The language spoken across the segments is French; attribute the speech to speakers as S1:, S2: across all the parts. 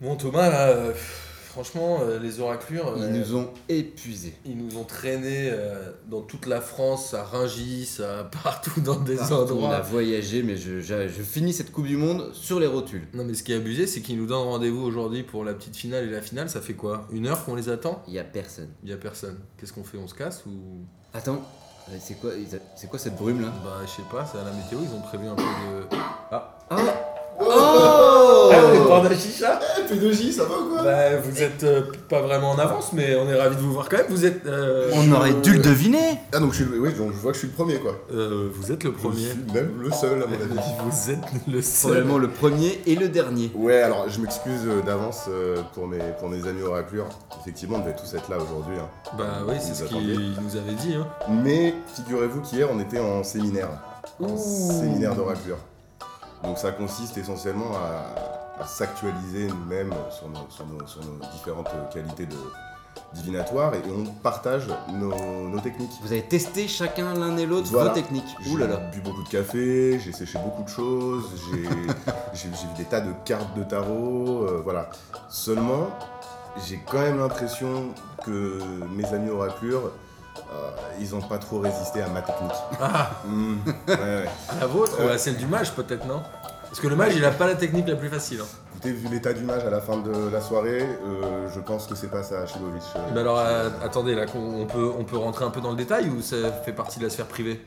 S1: Bon, Thomas, là, euh, pff, franchement, euh, les oraclures,
S2: Ils
S1: euh,
S2: nous ont épuisés.
S1: ils nous ont traînés euh, dans toute la France, à Ringis, à partout dans des
S2: On a
S1: endroits.
S2: voyagé, mais je, je- je finis cette Coupe du Monde sur les rotules.
S1: Non, mais ce qui est abusé, c'est qu'ils nous donnent rendez-vous aujourd'hui pour la petite finale et la finale, ça fait quoi Une heure qu'on les attend
S2: Il n'y a personne.
S1: Il a personne. Qu'est-ce qu'on fait On se casse ou.
S2: Attends, euh, c'est quoi, ils a- c'est quoi cette brume là
S1: Bah, je sais pas, c'est à la météo, ils ont prévu un peu de. Ah
S2: Ah
S1: Oh
S2: Oh
S1: chicha
S3: P2J, ça va ou quoi
S1: Bah, vous êtes euh, pas vraiment en avance, mais on est ravis de vous voir quand même. Vous êtes. euh,
S4: On aurait dû le deviner
S3: Ah donc je, suis, oui, donc je vois que je suis le premier quoi.
S1: euh, vous êtes le
S3: Je
S1: premier.
S3: suis même le seul à mon avis.
S1: Vous êtes le seul.
S2: Probablement le premier et le dernier.
S3: Ouais, alors je m'excuse euh, d'avance euh, pour mes, pour mes amis oraclures. Effectivement, on devait tous être là aujourd'hui. hein.
S1: Bah oui, c'est ce
S3: Vous
S1: qu'il nous avait dit. Hein.
S3: Mais figurez-vous qu'hier, on était en séminaire. En
S1: Ouh.
S3: séminaire d'oraclure. Donc ça consiste essentiellement à, à s'actualiser nous-mêmes sur nos, sur nos- sur nos différentes qualités de divinatoires et on partage nos, nos techniques.
S2: Vous avez testé chacun l'un et l'autre
S3: Voilà.
S2: vos techniques.
S3: J'ai
S2: Ouh là là.
S3: bu beaucoup de café, j'ai séché beaucoup de choses, j'ai j'ai- j'ai vu des tas de cartes de tarot, euh, voilà. Seulement, j'ai quand même l'impression que mes amis oraclures, euh, ils n'ont pas trop résisté à ma technique.
S1: Ah,
S3: Hmm, ouais, ouais.
S1: la vôtre ou à celle du mage peut-être, non Parce que le mage, il a pas la technique la plus facile. Hein.
S3: Écoutez, vu l'état du mage à la fin de la soirée, euh, je pense que c'est pas ça, Chibovic. Euh,
S1: Bah alors, euh, attendez, là, qu'on- on peut, on peut rentrer un peu dans le détail ou ça fait partie de la sphère privée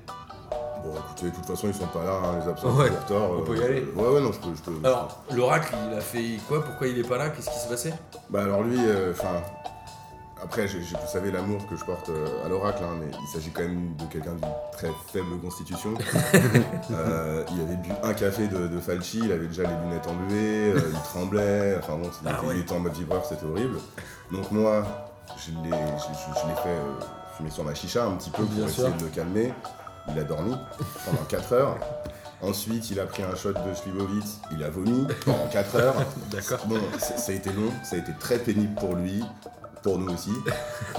S3: Bon, écoutez, de toute façon, ils sont pas là, hein, les absents
S1: Ouais,
S3: pour tort. euh,
S1: on peut y aller.
S3: Ouais, ouais, non, je peux. Je peux
S1: Alors, l'oracle, il a fait quoi Pourquoi il est pas là Qu'est-ce qui se passait
S3: Bah alors lui, enfin... après, j'ai- j'ai- vous savez l'amour que je porte euh, à l'oracle, hein, mais il s'agit quand même de quelqu'un d'une très faible constitution. Euh, il avait bu un café de, de Falchi, il avait déjà les lunettes embuées, euh, il tremblait, enfin bon, il,
S1: Ah
S3: était, il
S1: ouais.
S3: était en mode vibreur, c'était horrible. Donc moi, je l'ai je- je- je l'ai fait euh, fumer sur ma chicha un petit peu pour
S1: Bien
S3: essayer
S1: sûr.
S3: de le calmer. Il a dormi pendant 4 heures. Ensuite, il a pris un shot de Slivovitz, il a vomi pendant 4 heures.
S1: D'accord.
S3: Bon, ça ça a été long, ça a été très pénible pour lui, pour nous aussi.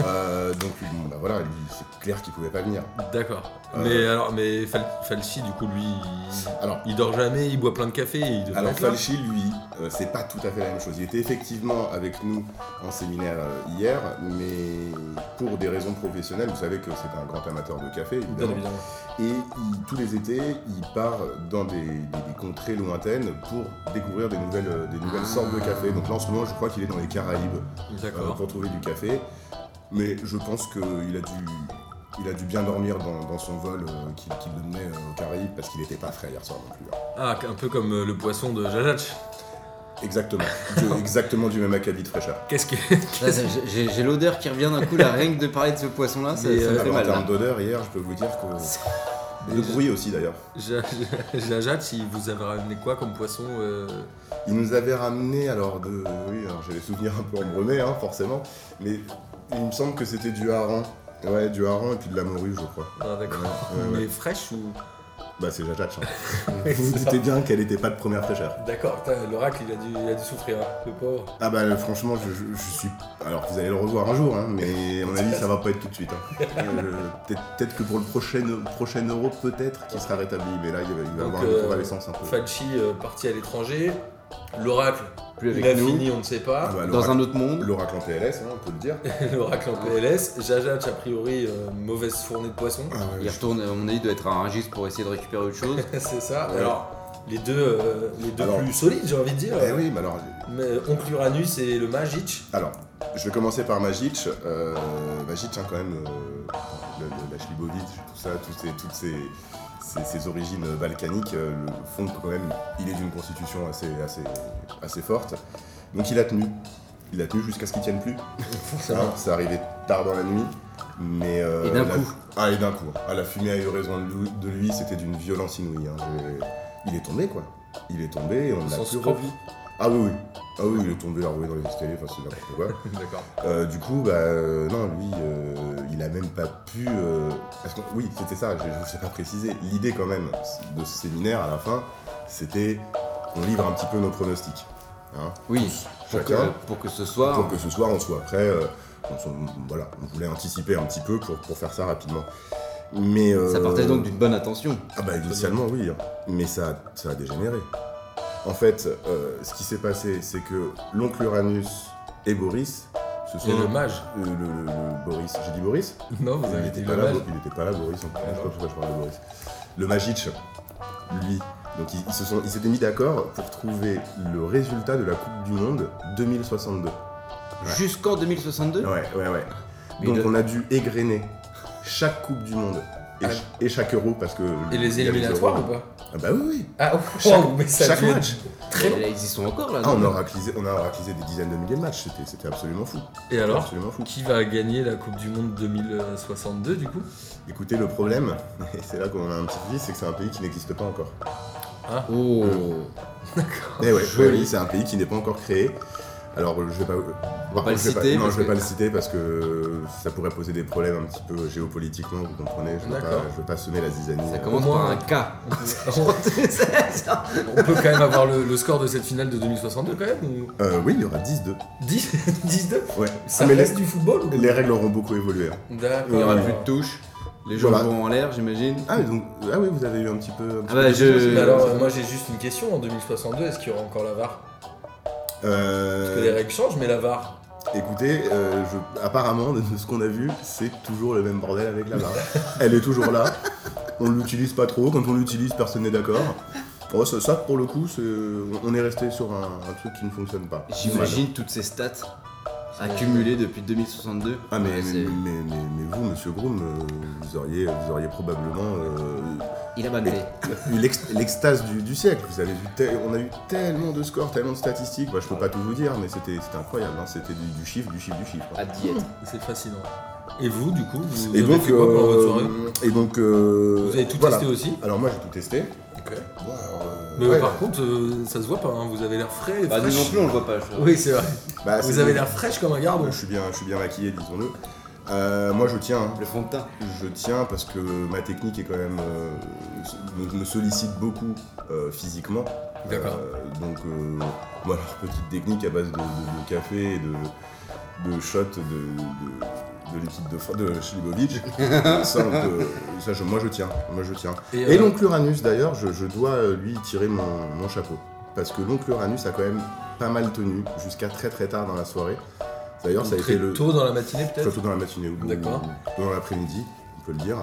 S3: Euh, donc bon, bah voilà, lui, c'est clair qu'il pouvait pas venir.
S1: D'accord.
S3: Euh.
S1: Mais alors, mais Fal- Falchi, du coup, lui, il,
S3: Alors,
S1: il dort jamais, il boit plein de café, il devrait
S3: alors
S1: être là.
S3: Falchi, lui, euh, c'est pas tout à fait la même chose. Il était effectivement avec nous en séminaire euh, hier, mais pour des raisons professionnelles, vous savez que c'est un grand amateur de café,
S1: Bien
S3: évidemment.
S1: évidemment.
S3: Et il- tous les étés, il part dans des, des- des contrées lointaines pour découvrir des nouvelles, euh, des nouvelles sortes de café. Donc là, en ce moment, je crois qu'il est dans les Caraïbes. euh,
S1: D'accord.
S3: pour trouver du café. Mais je pense qu'il a dû, il a dû bien dormir dans, dans son vol euh, qui, qui le menait euh, aux Caraïbes parce qu'il n'était pas frais hier soir non plus. hein.
S1: Ah, un peu comme euh, le poisson de Jajach.
S3: Exactement. Du- exactement du même acabit de fraîcheur.
S1: Qu'est-ce que.
S2: Là, ça- j'ai j'ai l'odeur qui revient d'un coup, là, rien que de parler de ce poisson là, ça,
S1: Mais,
S2: ça me
S1: euh,
S2: fait
S3: en
S2: mal. hein. là.
S3: termes d'odeur, hier, je peux vous dire que. Et de bruit aussi d'ailleurs.
S1: Ja- Ja- Jajach, il vous avait ramené quoi comme poisson euh,
S3: Il nous avait ramené, alors de. Oui, alors j'ai les souvenirs un peu embrumés, hein, forcément. Mais il me semble que c'était du hareng. Ouais, du hareng et puis de la morue, je crois.
S1: Ah, d'accord.
S3: Ouais, ouais, ouais.
S1: Mais fraîche ou.
S3: Bah, c'est Jajach. Hein. vous vous doutez bien qu'elle n'était pas de première fraîcheur.
S1: D'accord, putain, l'oracle, il, a dû- il a dû souffrir, hein, le pauvre.
S3: Ah bah euh, franchement, je, je- je suis... Alors vous allez le revoir un jour, hein, mais à mon avis ça va pas être tout de suite. hein. Euh, peut-être, peut-être que pour le prochain, prochain euro, peut-être qu'il sera rétabli, mais là il va, il va
S1: Donc,
S3: avoir
S1: euh,
S3: une convalescence un peu.
S1: Falchi euh, parti à l'étranger. L'oracle,
S2: Plus
S1: il
S2: avec
S1: a
S2: nous,
S1: fini, on ne sait
S3: Ah
S1: pas.
S3: bah,
S2: dans
S3: l'oracle,
S2: un autre monde.
S3: l'oracle en PLS, hein, on peut le dire.
S1: L'oracle en PLS. Jajach, a priori, euh, mauvaise fournée de poissons.
S3: Ah, ouais,
S2: Il retourne, à mon avis, doit être à un registre pour essayer de récupérer autre chose.
S1: C'est ça.
S3: Ouais.
S1: Alors, les deux, euh, les deux
S3: Alors-
S1: plus solides, j'ai envie de dire.
S3: Eh oui, mais alors,
S1: Mais euh, Oncle Uranus et le Magic.
S3: alors, je vais commencer par Magic. Euh, Magic, hein, quand même, euh, le- le- la Schlibovitch, tout ça, tous ces- toutes ces, ces- ces origines balkaniques euh, le font que quand même il est d'une constitution assez, assez, assez forte. Donc il a tenu. Il a tenu jusqu'à ce qu'il tienne plus.
S1: Forcément.
S3: Hein, c'est arrivé tard dans la nuit. Mais euh,
S2: Et d'un
S3: la-
S2: coup.
S3: Ah, et d'un coup. Ah, la fumée a eu raison de lui, de lui, c'était d'une violence inouïe. hein. Je- Il est tombé, quoi. Il est tombé et on
S1: Au
S3: l'a
S1: sens
S3: plus
S1: propre.
S3: revu. Ah oui, oui. Ah oui, il est tombé, la roué dans les escaliers, enfin c'est n'importe quoi.
S1: D'accord.
S3: Euh, du coup, bah euh, non, lui, euh, il a même pas pu. euh, parce que, oui, c'était ça, je ne sais pas préciser. L'idée, quand même, de ce séminaire à la fin, c'était on livre un petit peu nos pronostics. Hein,
S2: Oui, pour que,
S3: chacun.
S2: pour que ce soir.
S3: pour que ce soir on soit prêt. euh, on, s'en- voilà, on voulait anticiper un petit peu pour, pour faire ça rapidement. Mais euh,
S2: Ça partait donc d'une bonne intention.
S3: ah bah initialement oui, hein. mais ça, ça a dégénéré. En fait, euh, ce qui s'est passé, c'est que l'oncle Uranus et Boris se sont.
S1: Et le mage.
S3: Euh, le, le- le Boris, j'ai dit Boris
S1: Non, vous
S3: Il
S1: avez
S3: n'était
S1: été
S3: pas,
S1: le
S3: là,
S1: mage.
S3: Bo- il était pas là, Boris. en fait. Je sais pas
S1: non.
S3: pourquoi je parle de Boris. Le Magic, lui. Donc ils, ils se sont, ils s'étaient mis d'accord pour trouver le résultat de la Coupe du Monde 2062. Ouais.
S2: Jusqu'en 2062
S3: Ouais, ouais, ouais.
S2: Mais
S3: Donc
S2: de-
S3: on a dû égrener chaque Coupe du Monde et,
S1: Ah.
S3: ch- et chaque euro parce que.
S1: Et
S3: il
S1: les
S3: y a
S1: éliminatoires
S3: euros.
S1: ou pas
S3: Ah bah oui, oui.
S1: Ah, oh,
S3: Chaque,
S1: mais ça
S3: chaque
S1: devait être
S3: match.
S1: Très long.
S2: Là, ils y sont encore là.
S3: Ah, on
S2: non
S3: a raclisé, on a raclisé des dizaines de milliers de matchs. C'était, c'était absolument fou.
S1: Et alors
S3: Absolument fou.
S1: Qui va gagner la Coupe du Monde 2062 du coup
S3: Écoutez, le problème, et c'est là qu'on a un petit vice, c'est que c'est un pays qui n'existe pas encore.
S2: Oh
S3: Mais ouais,
S2: Joli.
S3: oui, c'est un pays qui n'est pas encore créé. Alors euh, je vais pas, par
S2: pas le
S3: je vais
S2: citer,
S3: non,
S2: parce
S3: je vais
S2: que-
S3: pas le citer parce que ça pourrait poser des problèmes un petit peu géopolitiquement, vous comprenez. Je veux pas,
S1: D'accord.
S3: je veux pas semer la zizanie.
S2: Ça
S3: euh,
S2: commence
S1: Au moins,
S2: par un K.
S1: on peut, on peut quand même avoir le, le score de cette finale de 2062 quand même ou...
S3: euh, oui, il y aura 10-2.
S1: 10 2
S3: Ouais.
S1: Ça
S3: Ah, mais les,
S1: reste du football ou...
S3: les règles auront beaucoup évolué. hein.
S1: D'accord.
S2: Il n'y aura plus de touches. Les gens
S3: Voilà.
S2: vont en l'air, j'imagine.
S3: Ah, mais donc, ah oui, vous avez eu un petit peu. un petit
S2: Ah
S3: peu
S2: bah,
S3: de
S2: je-
S3: choses,
S1: Mais
S3: euh,
S1: alors, euh, moi j'ai juste une question en 2062, est-ce qu'il y aura encore la VAR Parce que les
S3: euh,
S1: règles changent, mais la VAR.
S3: Écoutez, euh, je- apparemment, de ce qu'on a vu, c'est toujours le même bordel avec la barre. Elle est toujours là. On l'utilise pas trop. Quand on l'utilise, personne n'est d'accord. Ouais, ça, ça, pour le coup, c'est- on est resté sur un, un truc qui ne fonctionne pas.
S2: J'imagine toutes ces stats accumulées depuis 2062.
S3: Ah, mais,
S2: Ouais,
S3: mais,
S2: c'est-
S3: mais- mais- mais vous, monsieur Groom, euh, vous auriez, vous auriez probablement euh,
S2: Il a mal fait.
S3: eu l'ex- l'extase du, du siècle. Vous avez vu tel- on a eu tellement de scores, tellement de statistiques. Bah, je peux pas tout vous dire, mais c'était c'était incroyable. hein. C'était du, du chiffre, du chiffre, du chiffre. hein.
S2: À diète.
S1: C'est fascinant. Et vous, du coup, vous
S3: Et
S1: avez
S3: donc,
S1: fait quoi pendant votre
S3: euh,
S1: soirée
S3: et donc, euh,
S1: Vous avez tout
S3: voilà.
S1: testé aussi
S3: Alors moi j'ai tout testé.
S1: Ok.
S3: Bon, alors, euh,
S1: Mais
S3: ouais.
S1: par contre, euh, ça se voit pas, hein, vous avez l'air frais et
S2: Bah, nous
S1: fraîche.
S2: non plus, on le voit pas. je crois.
S1: Oui, c'est vrai.
S3: Bah,
S1: Vous
S3: c'est-
S1: avez l'air fraîche comme un
S3: Je
S1: garde.
S3: suis bien, je suis bien maquillé, disons-le. Euh, moi je tiens, hein.
S2: Le fond de teint.
S3: je tiens parce que ma technique est quand même euh, me, me sollicite beaucoup euh, physiquement.
S1: D'accord.
S3: Euh, donc euh, moi leur petite technique à base de, de- de café et de, de shots de, de, de liquide de fo- de Shlibovic. ça, on peut- ça, je- moi je tiens, moi je tiens. Et
S1: euh,
S3: l'oncle Uranus, d'ailleurs, je, je dois euh, lui tirer mon, mon chapeau. Parce que l'oncle Uranus a quand même pas mal tenu jusqu'à très très tard dans la soirée. D'ailleurs, ça a
S1: très
S3: été le.
S1: tôt dans la matinée peut-être
S3: Surtout dans la matinée ou,
S1: D'accord.
S3: ou dans l'après-midi, on peut le dire.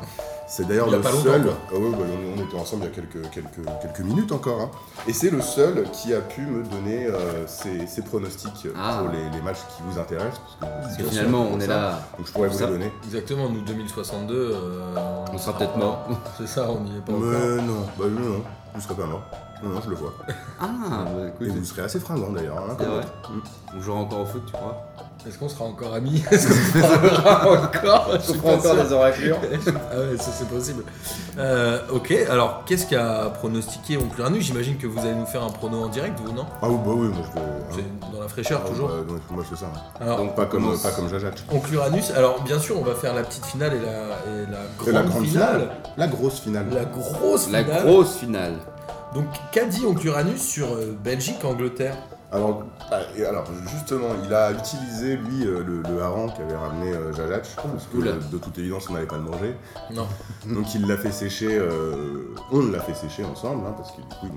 S3: C'est d'ailleurs
S1: Il y a
S3: le
S1: pas longtemps,
S3: seul.
S1: quoi.
S3: Ah ouais, bah, on, on était ensemble il y a quelques, quelques, quelques minutes encore. hein. Et c'est le seul qui a pu me donner euh, ses, ses pronostics
S2: Ah.
S3: pour les, les matchs qui vous intéressent. Parce que,
S2: Parce que finalement, on est là.
S3: Donc je pourrais vous
S2: Ça-
S3: les donner.
S1: Exactement, nous 2062. euh,
S2: On sera peut-être mort.
S1: C'est ça, on n'y est pas encore.
S3: Mais non, bah non, vous serez pas mort. Non, non, je le vois.
S2: Ah, bah
S3: Et vous
S2: écoute.
S3: serez assez fringant d'ailleurs. hein,
S2: C'est
S3: comme-
S2: vrai. On jouera encore au foot, tu crois
S1: Est-ce qu'on sera encore amis Est-ce qu'on se parlera encore Je suis pas sûr.
S2: oracles.
S1: Ah ouais, ça c'est possible. Euh, ok, alors qu'est-ce qu'a pronostiqué Oncle Arnu J'imagine que vous allez nous faire un prono en direct, vous, non
S3: Ah oui, bah oui, moi je vais. hein.
S1: C'est dans la fraîcheur
S3: Ah,
S1: toujours.
S3: bah, donc, moi je fais ça. hein.
S1: Alors,
S2: Donc,
S3: Pas comme,
S2: commence-
S3: pas comme Jajac.
S1: Oncle Uranus, alors bien sûr, on va faire la petite finale et la, et la grande,
S3: Et la grande
S1: finale.
S3: La grosse finale.
S1: La grosse
S2: La
S1: finale.
S2: grosse finale.
S1: Donc, qu'a dit Oncle Uranus sur euh, Belgique-Angleterre
S3: Alors, ah, et alors, justement, il a utilisé lui euh, le, le hareng qu'avait ramené euh, Jajac. Parce que
S2: Oula.
S3: euh, de toute évidence, on n'allait pas le manger.
S1: Non,
S3: Donc il l'a fait sécher. euh, on l'a fait sécher ensemble, hein, parce que du coup,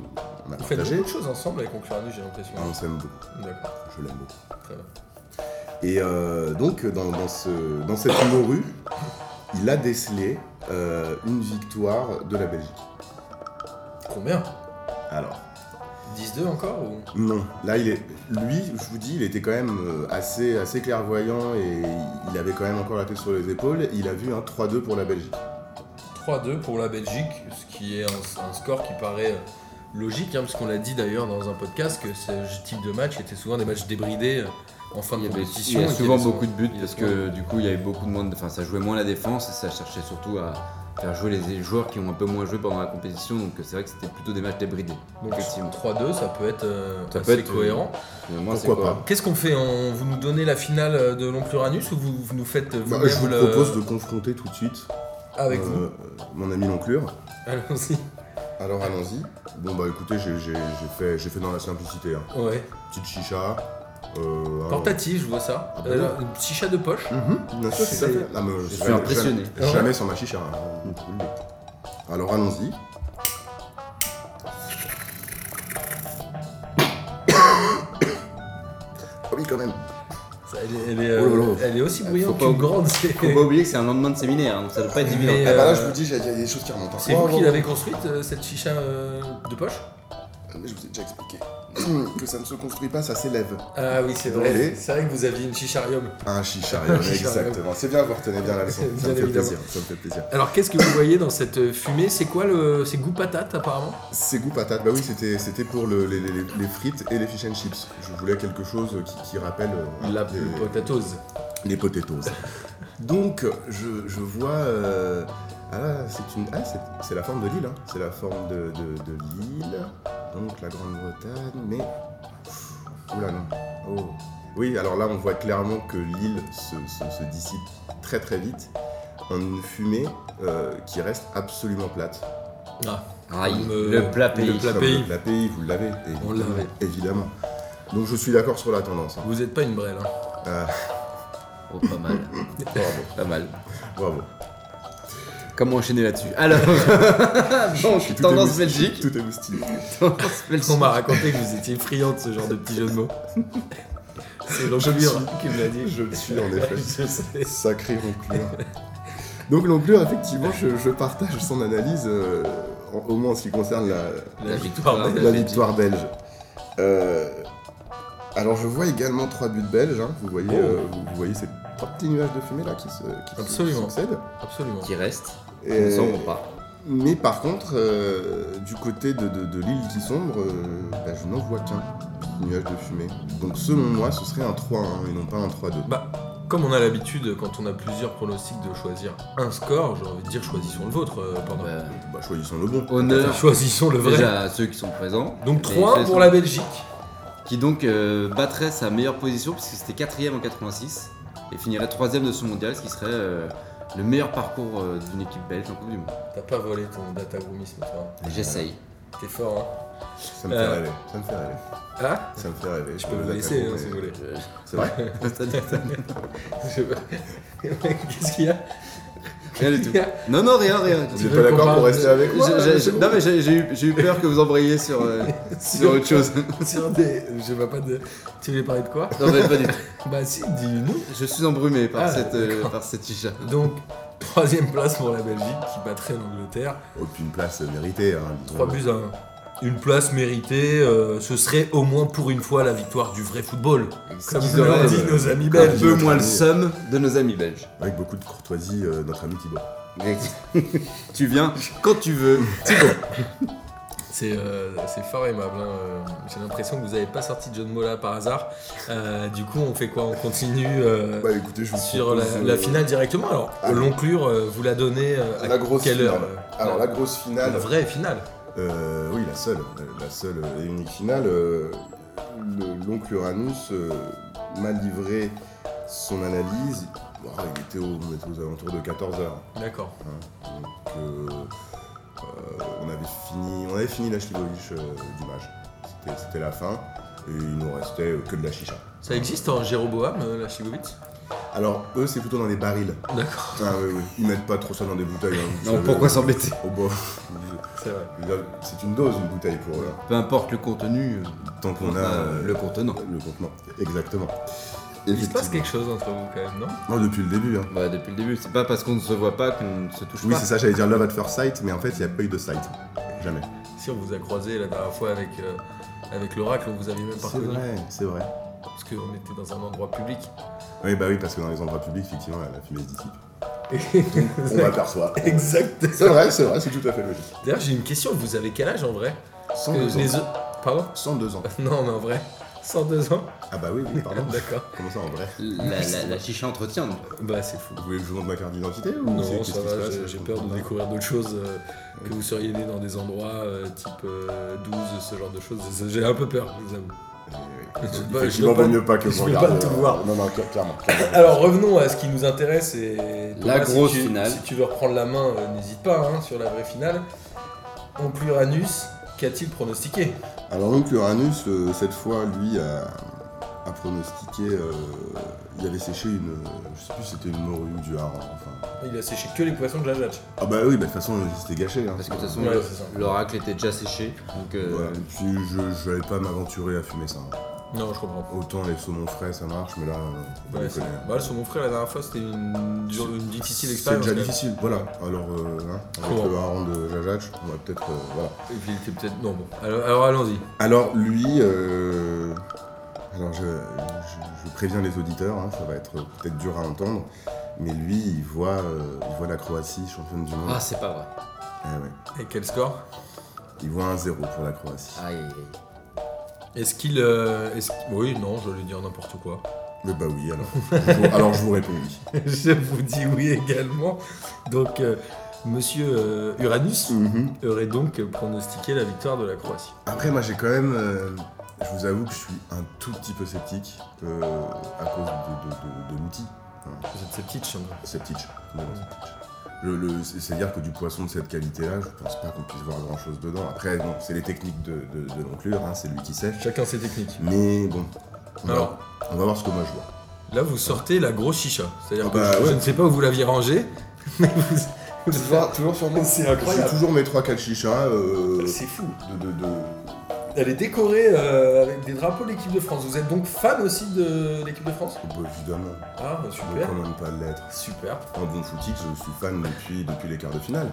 S3: on a
S1: vous faites
S3: partagé.
S1: beaucoup de choses ensemble avec Oncle Uranus, j'ai l'impression.
S3: Ah, On s'aime beaucoup.
S1: D'accord,
S3: Je l'aime beaucoup.
S1: très bien.
S3: Et euh, donc, dans, dans ce- dans cette morue, il a décelé euh, une victoire de la Belgique.
S1: Combien
S3: Alors.
S1: 10-2 encore ou...
S3: Non, là il est. Lui, je vous dis, il était quand même euh, assez, assez clairvoyant et il avait quand même encore la tête sur les épaules. Il a vu un 3-2 pour la Belgique.
S1: 3-2 pour la Belgique, ce qui est un, un score qui paraît euh, logique, hein, parce qu'on l'a dit d'ailleurs dans un podcast que ce type de match était souvent des matchs débridés euh, en fin
S2: Il
S1: de
S2: y, avait,
S1: compétition.
S2: il y a
S1: et qu'il
S2: souvent
S1: avait son-
S2: beaucoup de buts
S1: il y a
S2: parce
S1: souvent-
S2: que du coup il y avait beaucoup de moins de. Enfin ça jouait moins la défense et ça cherchait surtout à faire jouer les joueurs qui ont un peu moins joué pendant la compétition donc c'est vrai que c'était plutôt des matchs débridés.
S1: Donc
S2: Effectivement.
S1: 3-2, ça peut être euh,
S2: Ça
S1: assez
S2: peut être-
S1: cohérent.
S2: Finalement, c'est
S3: Pourquoi
S2: quoi
S3: pas
S1: Qu'est-ce qu'on fait on, Vous nous donnez la finale euh, de l'oncle Uranus ou vous, vous nous faites euh,
S3: Bah,
S1: vous-même
S3: je vous
S1: le-
S3: propose de confronter tout de suite
S1: avec
S3: euh,
S1: vous
S3: euh, mon ami l'enclure.
S1: Allons-y.
S3: Alors allons-y. Bon bah écoutez, j'ai j'ai- j'ai fait, j'ai fait dans la simplicité. hein.
S1: Ouais.
S3: Petite chicha. Euh, un-
S1: Portative, je vois ça.
S3: Ah bah
S1: Euh, une petite chat de poche.
S3: Mhm, bien sûr,
S1: Tout
S3: c'est-
S1: à fait.
S3: Ah, mais je
S2: suis
S3: jamais-
S2: impressionné.
S3: Jamais, jamais sans ma chicha. hein. Alors allons-y. Ah oui, quand même.
S1: Ça, Elle est, elle est, euh,
S3: Oh là là.
S1: elle est aussi bruyante
S2: pas
S1: qu'une
S2: oublier-
S1: grande. c'est-
S2: Faut pas oublier que c'est un lendemain de séminaire, hein, donc ça doit pas être évident.
S1: Mais,
S3: Ah bah là,
S1: euh,
S3: je vous dis, j'ai- il y a des choses qui remontent.
S1: C'est
S3: Oh,
S1: vous qui
S3: bon.
S1: l'avez construite, euh, cette chicha euh, de poche
S3: Mais je vous ai déjà expliqué que ça ne se construit pas, ça s'élève.
S1: Ah oui, c'est
S3: Elle
S1: vrai.
S3: est-
S1: C'est vrai que vous aviez une chicharium.
S3: Un chicharium,
S1: chicharium.
S3: exactement. C'est bien, vous retenez bien la leçon.
S1: Bien
S3: Ça me fait
S1: évidemment.
S3: plaisir. Ça me fait plaisir.
S1: Alors, qu'est-ce que vous voyez dans cette euh, fumée C'est quoi le. C'est goût patate, apparemment
S3: C'est goût patate, bah oui, c'était c'était pour le- les, les- les frites et les fish and chips. Je voulais quelque chose qui, qui rappelle euh,
S1: La
S3: les,
S1: potatose.
S3: les potatoes. Donc, je, je vois. euh, ah, c'est une. Ah, c'est- c'est la forme de l'île, hein. C'est la forme de, de- de l'île. Donc, la Grande-Bretagne, mais. Oula, non. Oh. Oui, alors là, on voit clairement que l'île se, se- se dissipe très très vite en une fumée euh, qui reste absolument plate.
S1: Ah,
S2: Aïe,
S1: Le-
S2: le plat
S1: le
S2: pays.
S1: plat-
S3: Comme
S1: pays.
S3: le plat pays, vous l'avez.
S1: On
S3: évidemment.
S1: l'avait.
S3: Évidemment. Donc je suis d'accord sur la tendance. hein.
S1: vous n'êtes pas une brêle. hein.
S3: Euh,
S2: Oh, pas mal. Bravo, pas mal.
S3: bravo.
S2: Comment enchaîner là-dessus Alors, bon,
S3: Tout est
S2: tendance
S3: moustillé,
S2: Belgique.
S3: Tout est moustillé.
S2: Tendance Belgique.
S1: On m'a raconté que vous étiez friande de ce genre de petit jeu de mots. C'est l'enjolure qui me l'a dit.
S3: Je le suis en effet.
S1: Je sais.
S3: Sacré Ronclure. Donc l'Onclure, effectivement, je, je partage son analyse, euh, en- au moins en ce qui concerne la,
S1: La victoire
S3: la
S1: belge.
S3: victoire belge. Euh, alors je vois également trois buts belges. hein. Vous, voyez,
S1: Oh.
S3: euh, vous, vous voyez ces trois petits nuages de fumée là qui se, qui se
S1: Absolument.
S3: succèdent.
S1: Absolument.
S2: Qui reste, on
S3: Et-
S2: ne s'en rend pas.
S3: Mais par contre, euh, du côté de, de- de l'île qui sombre, euh, bah, je n'en vois qu'un nuage de fumée. Donc selon moi, ce serait un 3-1 et non pas un 3-2.
S1: Bah, comme on a l'habitude, quand on a plusieurs pronostics, de choisir un score, j'ai envie de dire choisissons le vôtre, euh, pardon.
S2: Bah,
S3: Bah, choisissons le bon.
S2: honneur
S1: Choisissons le vrai.
S2: déjà à ceux qui sont présents.
S1: Donc
S2: Et
S1: 3
S2: ceux
S1: pour
S2: qui
S1: la
S2: sont-
S1: Belgique.
S2: Qui donc euh, battrait sa meilleure position, puisque c'était quatrième en 86, et finirait troisième de ce mondial, ce qui serait euh, le meilleur parcours euh, d'une équipe belge en Coupe du Monde.
S1: T'as pas volé ton data groomisme, toi.
S2: J'essaye.
S1: T'es fort,
S3: Ça me
S1: Euh.
S3: fait rêver. Ça me fait rêver.
S1: hein. Ah
S3: Ça me fait rêver.
S1: Je peux
S3: Le
S1: vous
S3: lac à
S1: laisser,
S3: Gros,
S1: hein,
S3: mais-
S1: si vous voulez.
S3: C'est vrai.
S1: Je- Qu'est-ce qu'il y a
S2: Rien du tout. Non, non, rien, rien.
S1: Tu
S3: Vous n'êtes
S1: veux
S3: pas
S1: qu'on
S3: d'accord
S1: parle
S3: pour
S1: de-
S3: rester avec moi
S2: J'ai-
S3: là,
S2: j'ai-
S3: c'est
S2: j'ai-
S3: bon
S2: non mais j'ai j'ai eu, j'ai eu peur que vous embrayiez sur, euh, sur autre chose.
S1: Sur des. Je vois pas de. Tu voulais parler de quoi
S2: Non mais pas du tout.
S1: Bah si, dis-nous.
S2: Je suis embrumé par
S1: Ah,
S2: cette euh,
S1: d'accord.
S2: par cette chicha.
S1: Donc, troisième place pour la Belgique qui battrait l'Angleterre.
S3: Aucune place méritée. Hein, disons.
S1: 3 buts à 1. Une place méritée, euh, ce serait au moins pour une fois la victoire du vrai football. Comme
S2: qu'ils
S1: l'ont
S2: auraient,
S1: dit
S2: euh,
S1: nos amis
S2: Un
S1: belges.
S2: peu moins le somme de nos amis belges.
S3: Avec beaucoup de courtoisie, euh, notre ami Thibaut.
S2: tu viens quand tu veux.
S1: C'est euh, c'est fort aimable. hein, euh, J'ai l'impression que vous n'avez pas sorti de jeu de mots là par hasard. Euh, du coup, on fait quoi On continue euh,
S3: Bah écoutez, je vous
S1: sur la,
S3: propose, euh,
S1: la finale directement. Alors,
S3: Ah.
S1: l'onclure, euh, vous la donnez euh, à
S3: La grosse
S1: quelle heure
S3: finale.
S1: euh,
S3: Alors
S1: la,
S3: la grosse
S1: la
S3: finale.
S1: vraie finale.
S3: Euh, oui, la seule, euh, la seule et unique finale. euh, le- L'oncle Uranus euh, m'a livré son analyse. Bon, il était au- on était aux alentours de 14h.
S1: D'accord.
S3: Donc, euh, euh, on, avait fini, on avait fini la Chlibovic du match. C'était- C'était la fin. Et il nous restait euh, que de la chicha.
S1: Ça existe en Jéroboam, euh, la Chigovitz
S3: Alors, eux, c'est plutôt dans des barils.
S1: D'accord,
S3: Ah oui, oui. Ils mettent pas trop ça dans des bouteilles. hein, vous
S2: Non
S3: savez.
S2: pourquoi s'embêter
S3: Oh, bah,
S1: c'est vrai.
S3: C'est une dose, une bouteille pour eux. hein.
S2: Peu importe le contenu. euh,
S3: Tant qu'on a.
S2: euh,
S3: euh,
S2: le contenant.
S3: Le contenant, exactement.
S1: Il se passe quelque chose entre vous quand même, non
S3: Non, depuis le début. hein.
S2: Bah depuis le début, c'est pas parce qu'on ne se voit pas qu'on ne se touche
S3: Oui,
S2: pas.
S3: c'est ça, j'allais dire Love at First Sight, mais en fait, il n'y a pas eu de sight. Jamais.
S1: Si on vous a croisé la dernière fois avec, euh, avec l'oracle, on vous avait même pas reconnu.
S3: c'est vrai.
S1: Parce qu'on était dans un endroit public.
S3: Oui, bah oui, parce que dans les endroits publics, effectivement, la fumée se dissipe. On
S1: Exact.
S3: l'aperçoit.
S1: exact.
S3: C'est vrai, c'est vrai, c'est tout à fait logique.
S1: D'ailleurs, j'ai une question. Vous avez quel âge en vrai Parce
S3: 102
S1: que
S3: ans.
S1: les œufs- Pardon
S3: 102 ans.
S1: Non, mais en vrai. 102 ans
S3: Ah bah oui, oui, pardon.
S1: D'accord.
S3: Comment ça, en vrai
S2: La, la- la chicha entretient. donc.
S1: Bah, c'est fou.
S3: Vous voulez que je vous montre ma carte d'identité ou
S1: Non,
S3: c'est- qu'est-ce
S1: ça
S3: qui se
S1: va,
S3: passe
S1: j'ai-
S3: Je
S1: j'ai peur de
S3: comprends pas.
S1: découvrir d'autres choses. euh, que vous seriez né dans des endroits euh, type euh, 12, ce genre de choses. J'ai un peu peur, je vous avoue. Je- bah, je
S3: Effectivement,
S1: veux pas-
S3: vaut mieux pas que
S1: je
S3: vous
S1: veux pas
S3: regardiez.
S1: tout
S3: euh,
S1: voir.
S3: Non, non, clairement. clairement.
S1: Alors revenons à ce qui nous intéresse et
S2: La grosse
S1: si tu,
S2: finale.
S1: Si tu veux reprendre la main, euh, n'hésite pas hein, sur la vraie finale. En plus Uranus, qu'a-t-il pronostiqué
S3: Alors donc Uranus, euh, cette fois, lui a, a pronostiqué, euh, il avait séché une, je sais plus si c'était une morue ou du hareng, enfin.
S1: Il a séché que les poissons de la jatte.
S3: Ah bah oui, bah, de toute façon, c'était gâché. Hein.
S2: Parce que de toute façon,
S1: Ouais,
S2: le-
S1: c'est ça.
S2: l'oracle était déjà séché. Donc euh,
S3: Voilà. Et puis je, je vais pas m'aventurer à fumer ça. hein.
S1: Non, je comprends.
S3: Autant les saumons frais, ça marche, mais là, euh, on
S1: Ouais,
S3: les
S1: c'est-
S3: connaît.
S1: bah, le saumon frais, la dernière fois, c'était une, dure- une difficile
S3: hein. C'est
S1: expérience.
S3: déjà
S1: quand même.
S3: difficile, voilà. Alors, euh, hein, avec
S1: Comment
S3: le harangue de Jajach, on va peut-être. euh, voilà.
S1: Et puis, il était peut-être. Non, bon. Alors, alors, allons-y.
S3: Alors, lui. euh, Alors, je, je- je préviens les auditeurs, hein, ça va être peut-être dur à entendre, mais lui, il voit, euh, il voit la Croatie championne du monde.
S2: Ah, c'est pas vrai.
S3: Eh ouais.
S1: Et quel score
S3: Il voit un zéro pour la Croatie.
S2: Aïe, aïe, aïe.
S1: Est-ce qu'il. euh, est-ce- Oui, non, j'allais dire n'importe quoi.
S3: Mais bah oui, alors. Je vous- alors, je vous réponds oui.
S1: je vous dis oui également. Donc, euh, monsieur euh, Uranus
S3: Mhm.
S1: aurait donc pronostiqué la victoire de la Croatie.
S3: Après, moi, j'ai quand même. euh, je vous avoue que je suis un tout petit peu sceptique euh, à cause de, de, de, de l'outil.
S1: Vous êtes sceptique, Chandra
S3: Septic. Non, non, septic. Le- le- c'est- C'est-à-dire que du poisson de cette qualité-là, je pense pas qu'on puisse voir grand-chose dedans. Après, bon, c'est les techniques de, de, de l'enclure, hein, c'est lui qui sèche.
S1: Chacun ses techniques.
S3: Mais bon, on va,
S1: Alors.
S3: on va voir ce que moi je vois.
S1: Là, vous sortez la grosse chicha. C'est-à-dire
S3: Ah
S1: que
S3: bah
S1: je,
S3: ouais.
S1: je ne sais pas où vous l'aviez rangée, mais vous. vous-
S3: toujours sur
S1: mon- C'est incroyable.
S3: J'ai toujours mes 3-4 chichas. euh,
S1: C'est fou.
S3: de, de, de...
S1: Elle est décorée euh, avec des drapeaux de l'équipe de France. Vous êtes donc fan aussi de l'équipe de France
S3: Bah, évidemment,
S1: Ah, bah,
S3: on ne
S1: super.
S3: peut même pas l'être.
S1: Super.
S3: En bon footage, je suis fan depuis, depuis les quarts de finale.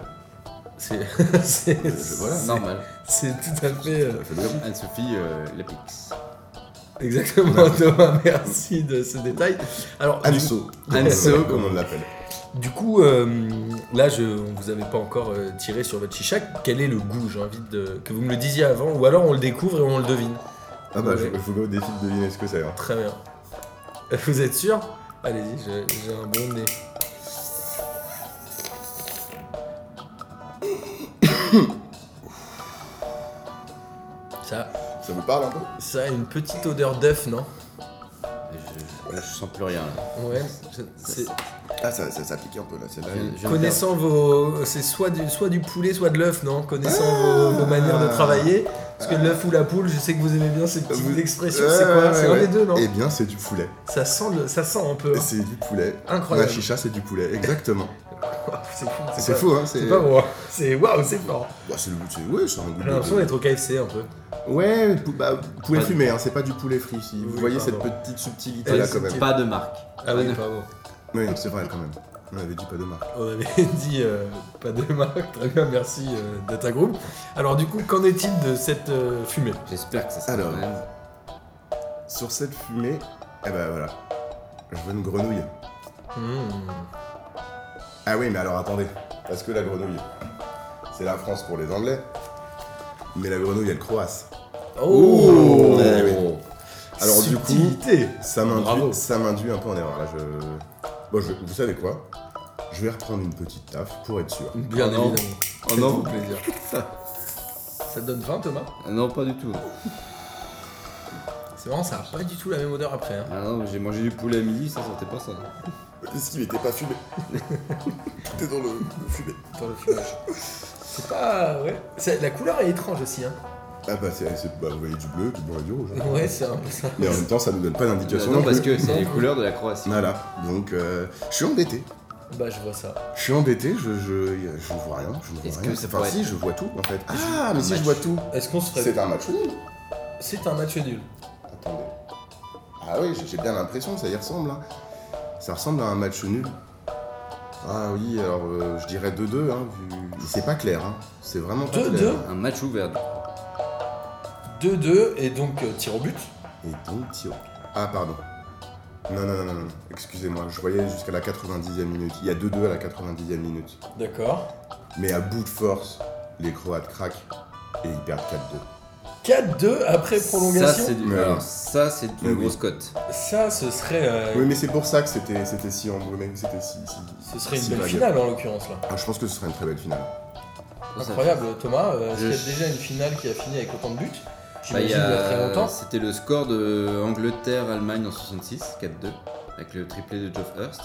S1: C'est. c'est-
S3: Euh, voilà.
S1: c'est-
S2: Normal.
S1: C'est tout à fait. euh,
S3: Ça fait plaisir.
S2: Anne-Sophie, euh, la Pix.
S1: exactement, Thomas. Merci de ce détail. Alors, du-
S3: Anso.
S2: Anso,
S3: Ah, comme on l'appelle.
S1: Du coup, euh, là, je, on vous avait pas encore euh, tiré sur votre chicha. Quel est le goût J'ai envie de, que vous me le disiez avant, ou alors on le découvre et on le devine.
S3: Ah bah, je,
S1: Ouais.
S3: je vous mets au défi de deviner ce que c'est. hein.
S1: Très bien. Vous êtes sûr Allez-y, j'ai- j'ai un bon nez. Ça,
S3: Ça vous parle un peu
S1: ça a une petite odeur d'œuf, non
S2: Je, je sens plus rien là.
S1: Ouais. je- c'est-
S3: Ah, ça, ça, ça pique un peu là, celle-là.
S2: Je- je viens de
S1: Connaissant vos. C'est soit du, soit du poulet, soit de l'œuf, non Connaissant vos,
S3: Ah.
S1: vos manières de travailler. Parce que l'œuf ou la poule, je sais que vous aimez bien ces petites
S3: Vous-
S1: expressions.
S3: Ouais,
S1: c'est quoi
S3: ouais,
S1: C'est un
S3: ouais.
S1: des deux, non
S3: Eh bien, c'est du poulet.
S1: ça, sent le- ça sent un peu. hein.
S3: C'est du poulet. La
S1: Incroyable.
S3: chicha, c'est du poulet, exactement.
S1: C'est fou.
S3: c'est
S1: pas-
S3: fou, hein
S1: C'est pas moi. C'est waouh, c'est fort.
S3: Bah, c'est le goût, c'est ouais, c'est un goût.
S1: J'ai l'impression
S3: de-
S1: d'être au KFC un peu.
S3: Ouais, pou- bah, poulet
S2: Pas de-
S3: fumé, hein, c'est pas du poulet frit. Si vous
S1: Oui,
S3: voyez
S1: pardon.
S3: cette petite subtilité
S1: Elle
S3: là,
S1: est
S3: quand même.
S1: subtile.
S2: Pas de marque.
S1: Ah oui, pardon.
S3: Oui, c'est vrai, quand même. On avait dit pas de marque.
S1: On avait dit euh, pas de marque. Très bien, merci euh, Data Group. Alors, du coup, qu'en est-il de cette euh, fumée
S2: J'espère que ça sera
S3: Alors.
S2: quand même.
S3: Sur cette fumée, eh ben voilà. Je veux une grenouille.
S1: Hmm.
S3: Ah oui, mais alors attendez. Parce que la grenouille, c'est la France pour les Anglais. Mais la grenouille, elle croasse.
S1: Oh,
S3: Ouais, ouais. Eh Alors, du coup,
S1: Subtilité.
S3: Ça
S1: Bravo.
S3: m'induit, ça m'induit un peu en erreur là. Je... Bon, je- vous savez quoi Je vais reprendre une petite taf pour être sûr.
S1: Bien
S2: Oh non.
S1: évidemment.
S2: Oh
S3: Ah
S1: C'est
S2: non.
S1: tout plaisir. Ça te donne faim, Thomas
S2: Ah Non, pas du tout.
S1: C'est marrant, ça a pas du tout la même odeur après. hein.
S2: Ah non, mais j'ai mangé du poulet à midi, ça sortait pas ça.
S3: Est-ce qu'il était pas fumé T'es dans le, fumé.
S1: Dans le fumage. C'est pas. Ouais. C'est- La couleur est étrange aussi. Hein.
S3: Ah bah, c'est, c'est- bah, vous voyez du bleu, du blanc et du rouge. hein.
S1: Ouais, c'est un peu ça.
S3: Mais en même temps, ça nous donne pas d'indication.
S2: Euh, Bah non,
S3: non
S2: parce
S3: plus.
S2: que c'est les couleurs de la Croatie.
S3: Voilà, donc euh, je suis embêté.
S1: Bah, je vois ça.
S3: Je suis embêté, je, je, je ne vois rien. Je ne vois
S2: Est-ce
S3: rien.
S2: que ça
S3: Enfin,
S2: pourrait
S3: si,
S2: être-
S3: je vois tout en fait.
S2: un
S3: Ah, mais si
S2: match
S3: je vois tout.
S1: Est-ce qu'on se ferait.
S3: C'est un match nul.
S1: C'est un match nul.
S3: Attendez. Ah oui, j'ai- j'ai bien l'impression que ça y ressemble. hein. Ça ressemble à un match nul. Ah oui, alors euh, je dirais 2-2. Hein, vu- C'est pas clair. hein. C'est vraiment pas
S1: 2-2.
S3: clair.
S2: Un match ouvert.
S1: 2-2 et donc euh, tir au but.
S3: Et donc, tio. Ah, pardon. Non, non, non, non, non. Excusez-moi, je voyais jusqu'à la 90e minute. Il y a 2-2 à la 90e minute.
S1: D'accord.
S3: Mais à bout de force, les Croates craquent et ils perdent 4-2.
S1: 4-2 après
S2: Ça,
S1: prolongation.
S2: c'est du...
S3: Mais
S2: Alors,
S3: oui.
S2: ça, c'est une
S3: Mais oui.
S2: grosse cote.
S1: Ça, ce serait. euh,
S3: Oui, mais c'est pour ça que c'était c'était si embrumé. C'était si, si-
S1: Ce serait une
S3: si
S1: belle
S3: vague.
S1: finale en l'occurrence là.
S3: Ah, je pense que ce serait une très belle finale.
S2: Ça, ça-
S1: Incroyable Thomas, euh, est-ce
S2: Je-
S1: qu'il y a déjà une finale qui a fini avec autant de buts
S2: Bah, il
S1: J'imagine
S2: y
S1: il y a très
S2: a...
S1: longtemps.
S2: C'était le score de Angleterre-Allemagne en 66, 4-2, avec le triplé de Geoff Hurst.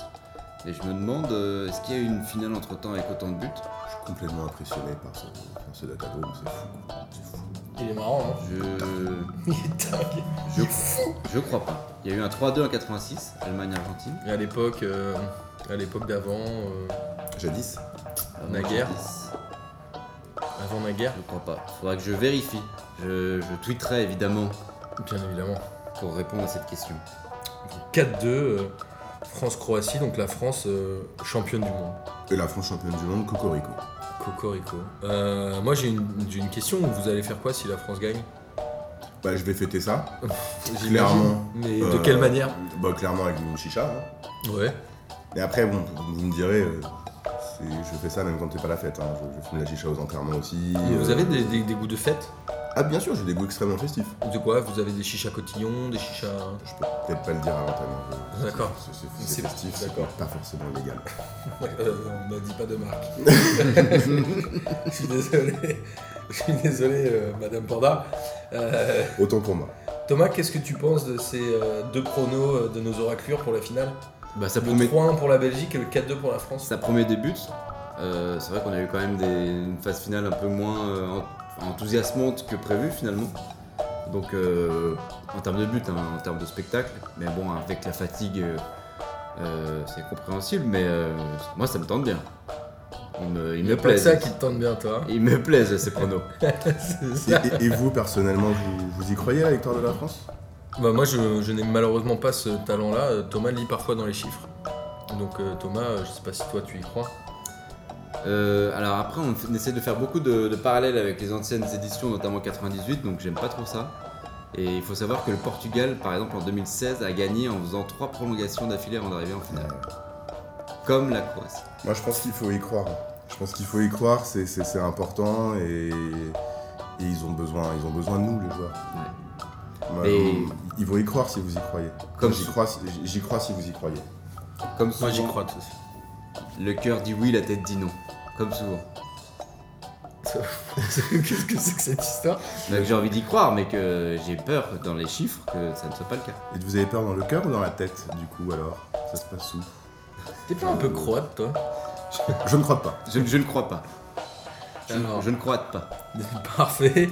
S2: Et je me demande, euh, est-ce qu'il y a eu une finale entre temps avec autant de buts
S3: Je suis complètement impressionné par ce, par ce data group, c'est fou. C'est fou.
S1: Il est marrant, hein
S2: Je.
S1: Il est dingue.
S2: Je, je crois pas. Il y a eu un 3-2 en 86, Allemagne-Argentine.
S1: Et à l'époque, euh, à l'époque d'avant, euh,
S3: Jadis.
S2: Euh,
S1: Naguère.
S2: 90,
S1: avant la guerre,
S2: Je crois pas. Faudra que je vérifie. Je, je tweeterai évidemment.
S1: bien évidemment.
S2: pour répondre à cette question.
S1: 4-2, euh, France-Croatie, donc la France euh, championne du monde.
S3: Et la France championne du monde, Cocorico.
S1: Cocorico. Euh, moi j'ai une, j'ai une question, vous allez faire quoi si la France gagne
S3: Bah, je vais fêter ça.
S1: J'imagine.
S3: Clairement.
S1: Mais de
S3: Euh,
S1: quelle manière
S3: Bah, clairement avec une chicha. hein.
S1: Ouais.
S3: Et après, bon, vous me direz, euh, c'est- je fais ça même quand c'est pas la fête. hein. Je, je fume la chicha aux enterrements aussi.
S1: Vous
S3: euh.
S1: avez des, des- des goûts de fête
S3: Ah, bien sûr, j'ai des goûts extrêmement festifs.
S1: De quoi Vous avez des chichas cotillons, des chichas.
S3: Je peux peut-être pas le dire à l'antenne. hein. Je-
S1: D'accord.
S3: c'est- c'est-
S1: C'est-
S3: C'est festif, c'est
S1: d'accord.
S3: pas forcément légal.
S1: Euh, on ne dit pas de marque. je suis désolé. Je suis désolé, euh, Madame Panda. Euh,
S3: Autant pour moi.
S1: Thomas, qu'est-ce que tu penses de ces euh, deux pronos euh, de nos oraclures pour la finale
S2: Bah, ça
S1: Le
S2: promet,
S1: 3-1 pour la Belgique et le 4-2 pour la France.
S2: ça promet des buts. Euh, c'est vrai qu'on a eu quand même des- une phase finale un peu moins euh, en- enthousiasmante que prévu finalement. Donc euh, en termes de buts, hein, en termes de spectacle, mais bon avec la fatigue, euh, euh, c'est compréhensible. Mais euh, moi ça me tente bien. Il me, il me
S1: Pas
S2: plaise.
S1: ça qui te tente bien, toi. hein.
S2: Il me plaise ces pronos.
S1: C'est
S3: Et,
S1: ça.
S3: et- et vous, personnellement, vous, vous y croyez à la victoire de la France
S1: Bah, moi, je, je n'ai malheureusement pas ce talent-là. Euh, Thomas lit parfois dans les chiffres. Donc, euh, Thomas, euh, je sais pas si toi tu y crois.
S2: Euh, alors après, on, fait- on essaie de faire beaucoup de, de parallèles avec les anciennes éditions, notamment 98, donc j'aime pas trop ça. Et il faut savoir que le Portugal, par exemple, en 2016, a gagné en faisant trois prolongations d'affilée avant d'arriver en finale. Comme la Croatie.
S3: Moi, je pense qu'il faut y croire. Je pense qu'il faut y croire, c'est- c'est c'est important et, et ils, ont besoin, ils ont besoin de nous, les joueurs.
S2: Ouais.
S3: Moi,
S2: Mais-
S3: on- Ils vont y croire si vous y croyez.
S2: Comme
S3: Comme j'y
S2: si-
S3: crois, si- j'y crois si vous y croyez.
S2: Comme souvent,
S1: Moi, j'y crois, aussi.
S2: le cœur dit oui, la tête dit non. Comme souvent.
S1: Qu'est-ce que c'est que cette histoire
S2: Donc j'ai envie d'y croire, mais que j'ai peur dans les chiffres que ça ne soit pas le cas.
S3: Et vous avez peur dans le cœur ou dans la tête, du coup, alors Ça se passe où
S1: T'es pas un peu croate, toi
S3: Je ne crois pas.
S2: Je, je ne crois pas. Je,
S1: Alors.
S2: je ne crois pas.
S1: Parfait.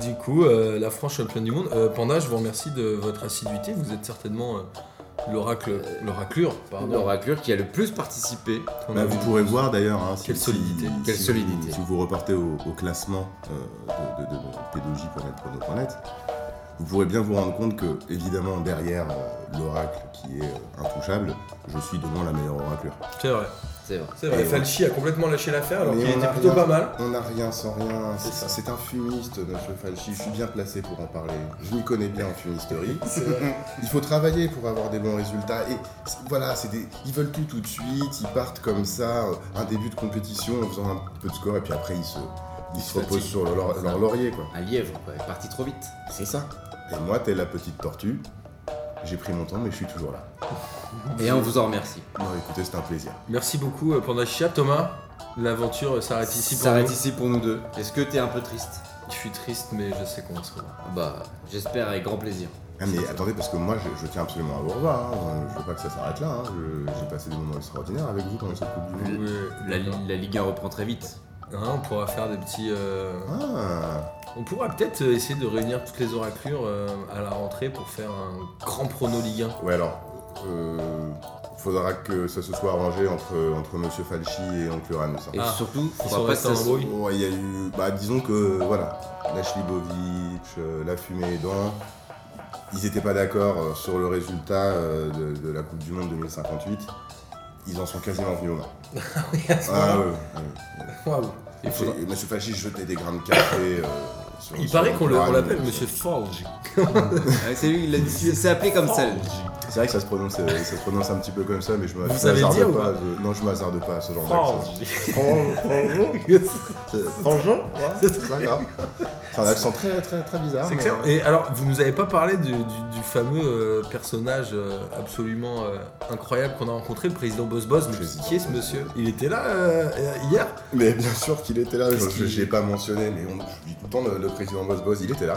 S1: Du coup, euh, la France championne du monde. Euh, Panda, je vous remercie de votre assiduité. Vous êtes certainement euh, l'oracle, l'oraclure, pardon.
S2: L'oraclure qui a le plus participé
S1: qu'on a
S3: Bah, vous
S1: vu.
S3: pourrez voir d'ailleurs. hein, si-
S1: Quelle solidité.
S3: si-
S2: Quelle
S3: si
S2: solidité.
S3: vous- Si vous repartez au, au classement euh, de, de, de, pédagogie.net, vous pourrez bien vous rendre compte que, évidemment, derrière euh, l'oracle qui est euh, intouchable, je suis devant la meilleure oraclure.
S1: C'est vrai.
S2: C'est vrai.
S1: C'est vrai.
S3: Et
S1: Falchi a complètement lâché l'affaire alors
S3: Mais
S1: qu'il
S3: on
S1: était
S3: a
S1: plutôt
S3: rien.
S1: pas mal.
S3: On n'a rien sans rien.
S1: C'est ça.
S3: C'est un fumiste, monsieur Falchi. Je suis bien placé pour en parler. Je m'y connais bien en fumisterie.
S1: C'est vrai.
S3: Il faut travailler pour avoir des bons résultats. Et c'est- voilà, c'est des- ils veulent tout tout de suite, ils partent comme ça, euh, un début de compétition en faisant un peu de score, et puis après ils se, ils se
S2: Ils se
S3: reposent
S2: fatiguent.
S3: sur leur, leur laurier. quoi.
S2: Un lièvre, quoi, est parti trop vite.
S3: C'est ça. Et moi, t'es la petite tortue, j'ai pris mon temps, mais je suis toujours là.
S2: Et on vous en remercie.
S3: Non, écoutez, c'est un plaisir.
S1: Merci beaucoup, euh, Panda Chia. Thomas, l'aventure euh, s'arrête ici pour
S2: S'arrête
S1: nous.
S2: ici pour nous deux. Est-ce que t'es un peu triste
S1: Je suis triste, mais je sais qu'on va se revoir.
S2: Bah, j'espère avec grand plaisir.
S3: Ah, mais attendez, parce que moi, je, je tiens absolument à vous revoir. hein. Je veux pas que ça s'arrête là. hein. Je- J'ai passé des moments extraordinaires avec vous pendant cette Coupe du Monde.
S1: Oui,
S2: La, la Ligue 1 reprend très vite.
S1: Hein, on pourra faire des petits. euh,
S3: Ah,
S1: On pourra peut-être euh, essayer de réunir toutes les oraclures euh, à la rentrée pour faire un grand prono Ligue 1.
S3: ouais, alors, euh, faudra que ça se soit arrangé entre, entre monsieur Falchi et oncle Rano, ça.
S2: Et
S1: Ah,
S2: surtout,
S1: Ils
S2: faudra
S1: sont
S2: pas que
S1: restés
S2: ça
S1: en
S2: se-
S1: embrouille.
S3: Ouais, il y a eu. Bah, disons que, voilà, Nash Libovic, euh, la fumée est dans. Ils n'étaient pas d'accord euh, sur le résultat euh, de, de la Coupe du Monde 2058. Ils en sont quasiment venus aux mains.
S1: Oui, à ce
S3: Ah,
S1: moment-là.
S3: ouais, ouais,
S1: Waouh.
S3: ouais.
S2: Il faudra-
S3: Et Monsieur Falchi jetait des grains de café. euh, sur-
S1: Il
S3: sur
S1: paraît qu'on le-
S3: l'entourage,
S1: on l'appelle
S3: mais-
S1: Monsieur Forge.
S2: Ah, c'est lui, il a dit- c'est appelé comme ça. lui.
S3: C'est vrai que ça se, prononce, euh, ça se prononce un petit peu comme ça, mais je me,
S1: Vous
S3: je me
S1: savez
S3: hasarde
S1: dire ou
S3: pas.
S1: pas
S3: de- non, je me hasarde pas à ce genre d'accent.
S1: Forge.
S3: Bonjour C'est pas grave. C'est un accent très, très, très bizarre.
S1: C'est
S3: mais- euh,
S1: clair. Et alors, vous nous avez pas parlé du, du- du fameux euh, personnage euh, absolument euh, incroyable qu'on a rencontré, le président Boss Boss. Mais
S3: Je sais
S1: qui est ce monsieur Il était là euh, euh, hier
S3: Mais bien sûr qu'il était là,
S1: Qu'est-ce
S3: je- je
S1: qu'il-
S3: je l'ai pas mentionné, mais on, je dis tout le temps le, le président Boss Boss, il était là.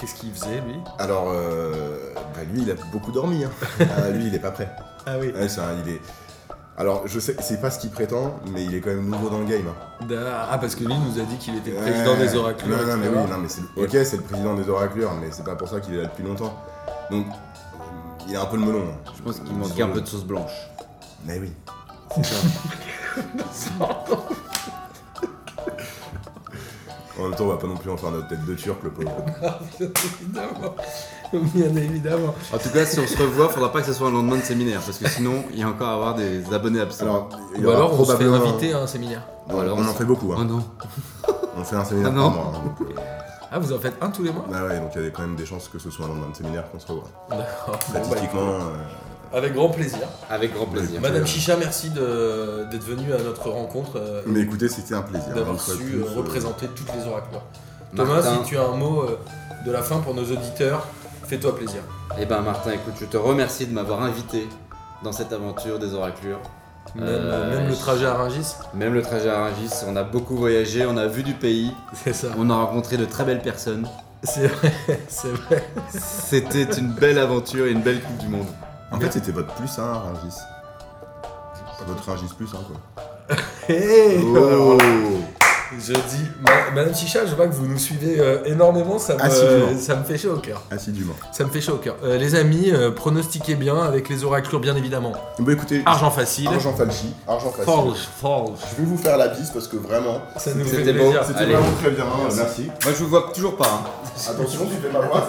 S1: Qu'est-ce qu'il faisait lui
S3: Alors, euh, bah, lui, il a beaucoup dormi. hein. Ah, lui, il est pas prêt.
S1: Ah oui.
S3: Ouais, c'est un- il est... Alors, je sais, c'est pas ce qu'il prétend, mais il est quand même nouveau dans le game. hein.
S1: Ah, parce que lui nous a dit qu'il était président
S3: Ouais.
S1: des oracles.
S3: Non, non, mais
S1: etc.
S3: oui, non, mais c'est, ok, c'est le président des oraclures, mais c'est pas pour ça qu'il est là depuis longtemps. Donc, il a un peu le melon. hein.
S2: Je pense qu'il manque un peu de sauce blanche.
S3: Mais oui. C'est ça. en même temps, on va pas non plus en faire notre tête de turc, le pauvre.
S1: Évidemment. Bien évidemment.
S2: En tout cas, si on se revoit, faudra pas que ce soit un lendemain de séminaire, parce que sinon, il y a encore à avoir des abonnés absents.
S3: Alors, il y
S1: Ou
S3: aura
S1: alors on se fait
S3: probablement un-
S1: inviter hein, à un séminaire.
S3: Non,
S2: Ou alors,
S3: on en fait beaucoup.
S2: Oh
S3: hein.
S2: non.
S3: On fait un séminaire
S2: Ah non.
S3: par mois. hein, donc, euh,
S1: Ah, vous en faites un tous les mois
S3: ah ouais, donc il y a quand même des chances que ce soit un lendemain de séminaire qu'on se revoit.
S1: D'accord. Bon, bah,
S3: Statistiquement, euh,
S1: avec grand plaisir.
S2: Avec grand plaisir.
S1: Madame Chicha, merci de- d'être venue à notre rencontre, euh,
S3: mais écoutez, c'était un plaisir.
S1: d'avoir
S3: Une fois de
S1: su
S3: plus,
S1: euh,
S3: euh,
S1: représenter toutes les oracles. Thomas,
S2: Martin,
S1: si tu as un mot euh, de la fin pour nos auditeurs, fais-toi plaisir.
S2: Eh ben Martin, écoute, je te remercie de m'avoir invité dans cette aventure des oraclures.
S1: Même,
S2: Euh,
S1: même le trajet à Rungis,
S2: Même le trajet à Rungis, on a beaucoup voyagé, on a vu du pays,
S1: c'est ça.
S2: on a rencontré de très belles personnes.
S1: C'est vrai, c'est vrai.
S2: C'était une belle aventure et une belle Coupe du Monde.
S3: En fait, c'était votre plus 1, Rungis. Votre Rungis plus 1, quoi.
S1: Hey
S2: Oh.
S1: Je dis, Ma- Madame Chicha, je vois que vous nous suivez euh, énormément, ça me,
S3: Assidûment.
S1: ça me fait chaud au cœur.
S3: Assidûment.
S1: Ça me fait chaud au cœur. Euh, les amis, euh, pronostiquez bien avec les oraclures, bien évidemment.
S3: Bah écoutez,
S1: Argent facile,
S3: argent falchi, argent facile.
S1: forge, forge.
S3: Je vais vous faire la bise parce que vraiment,
S1: Ça nous fait
S2: C'était beau.
S1: plaisir.
S3: c'était
S2: Allez.
S3: vraiment très bien. euh, Merci.
S2: Moi je vous vois toujours pas. hein.
S3: Attention, tu fais ma voix.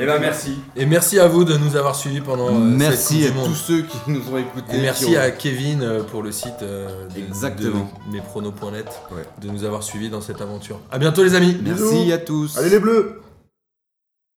S2: Eh ben merci.
S1: Et merci à vous de nous avoir suivis pendant. euh,
S2: merci
S1: cette
S2: à
S1: Coupe du Monde.
S2: tous ceux qui nous ont écoutés.
S1: Et
S2: qui
S1: merci
S2: ont-
S1: à Kevin euh, pour le site euh, de,
S2: Exactement.
S1: de mespronos.net
S3: Ouais.
S1: de nous avoir suivis dans cette aventure. À bientôt les amis.
S2: Merci à tous.
S3: Allez les bleus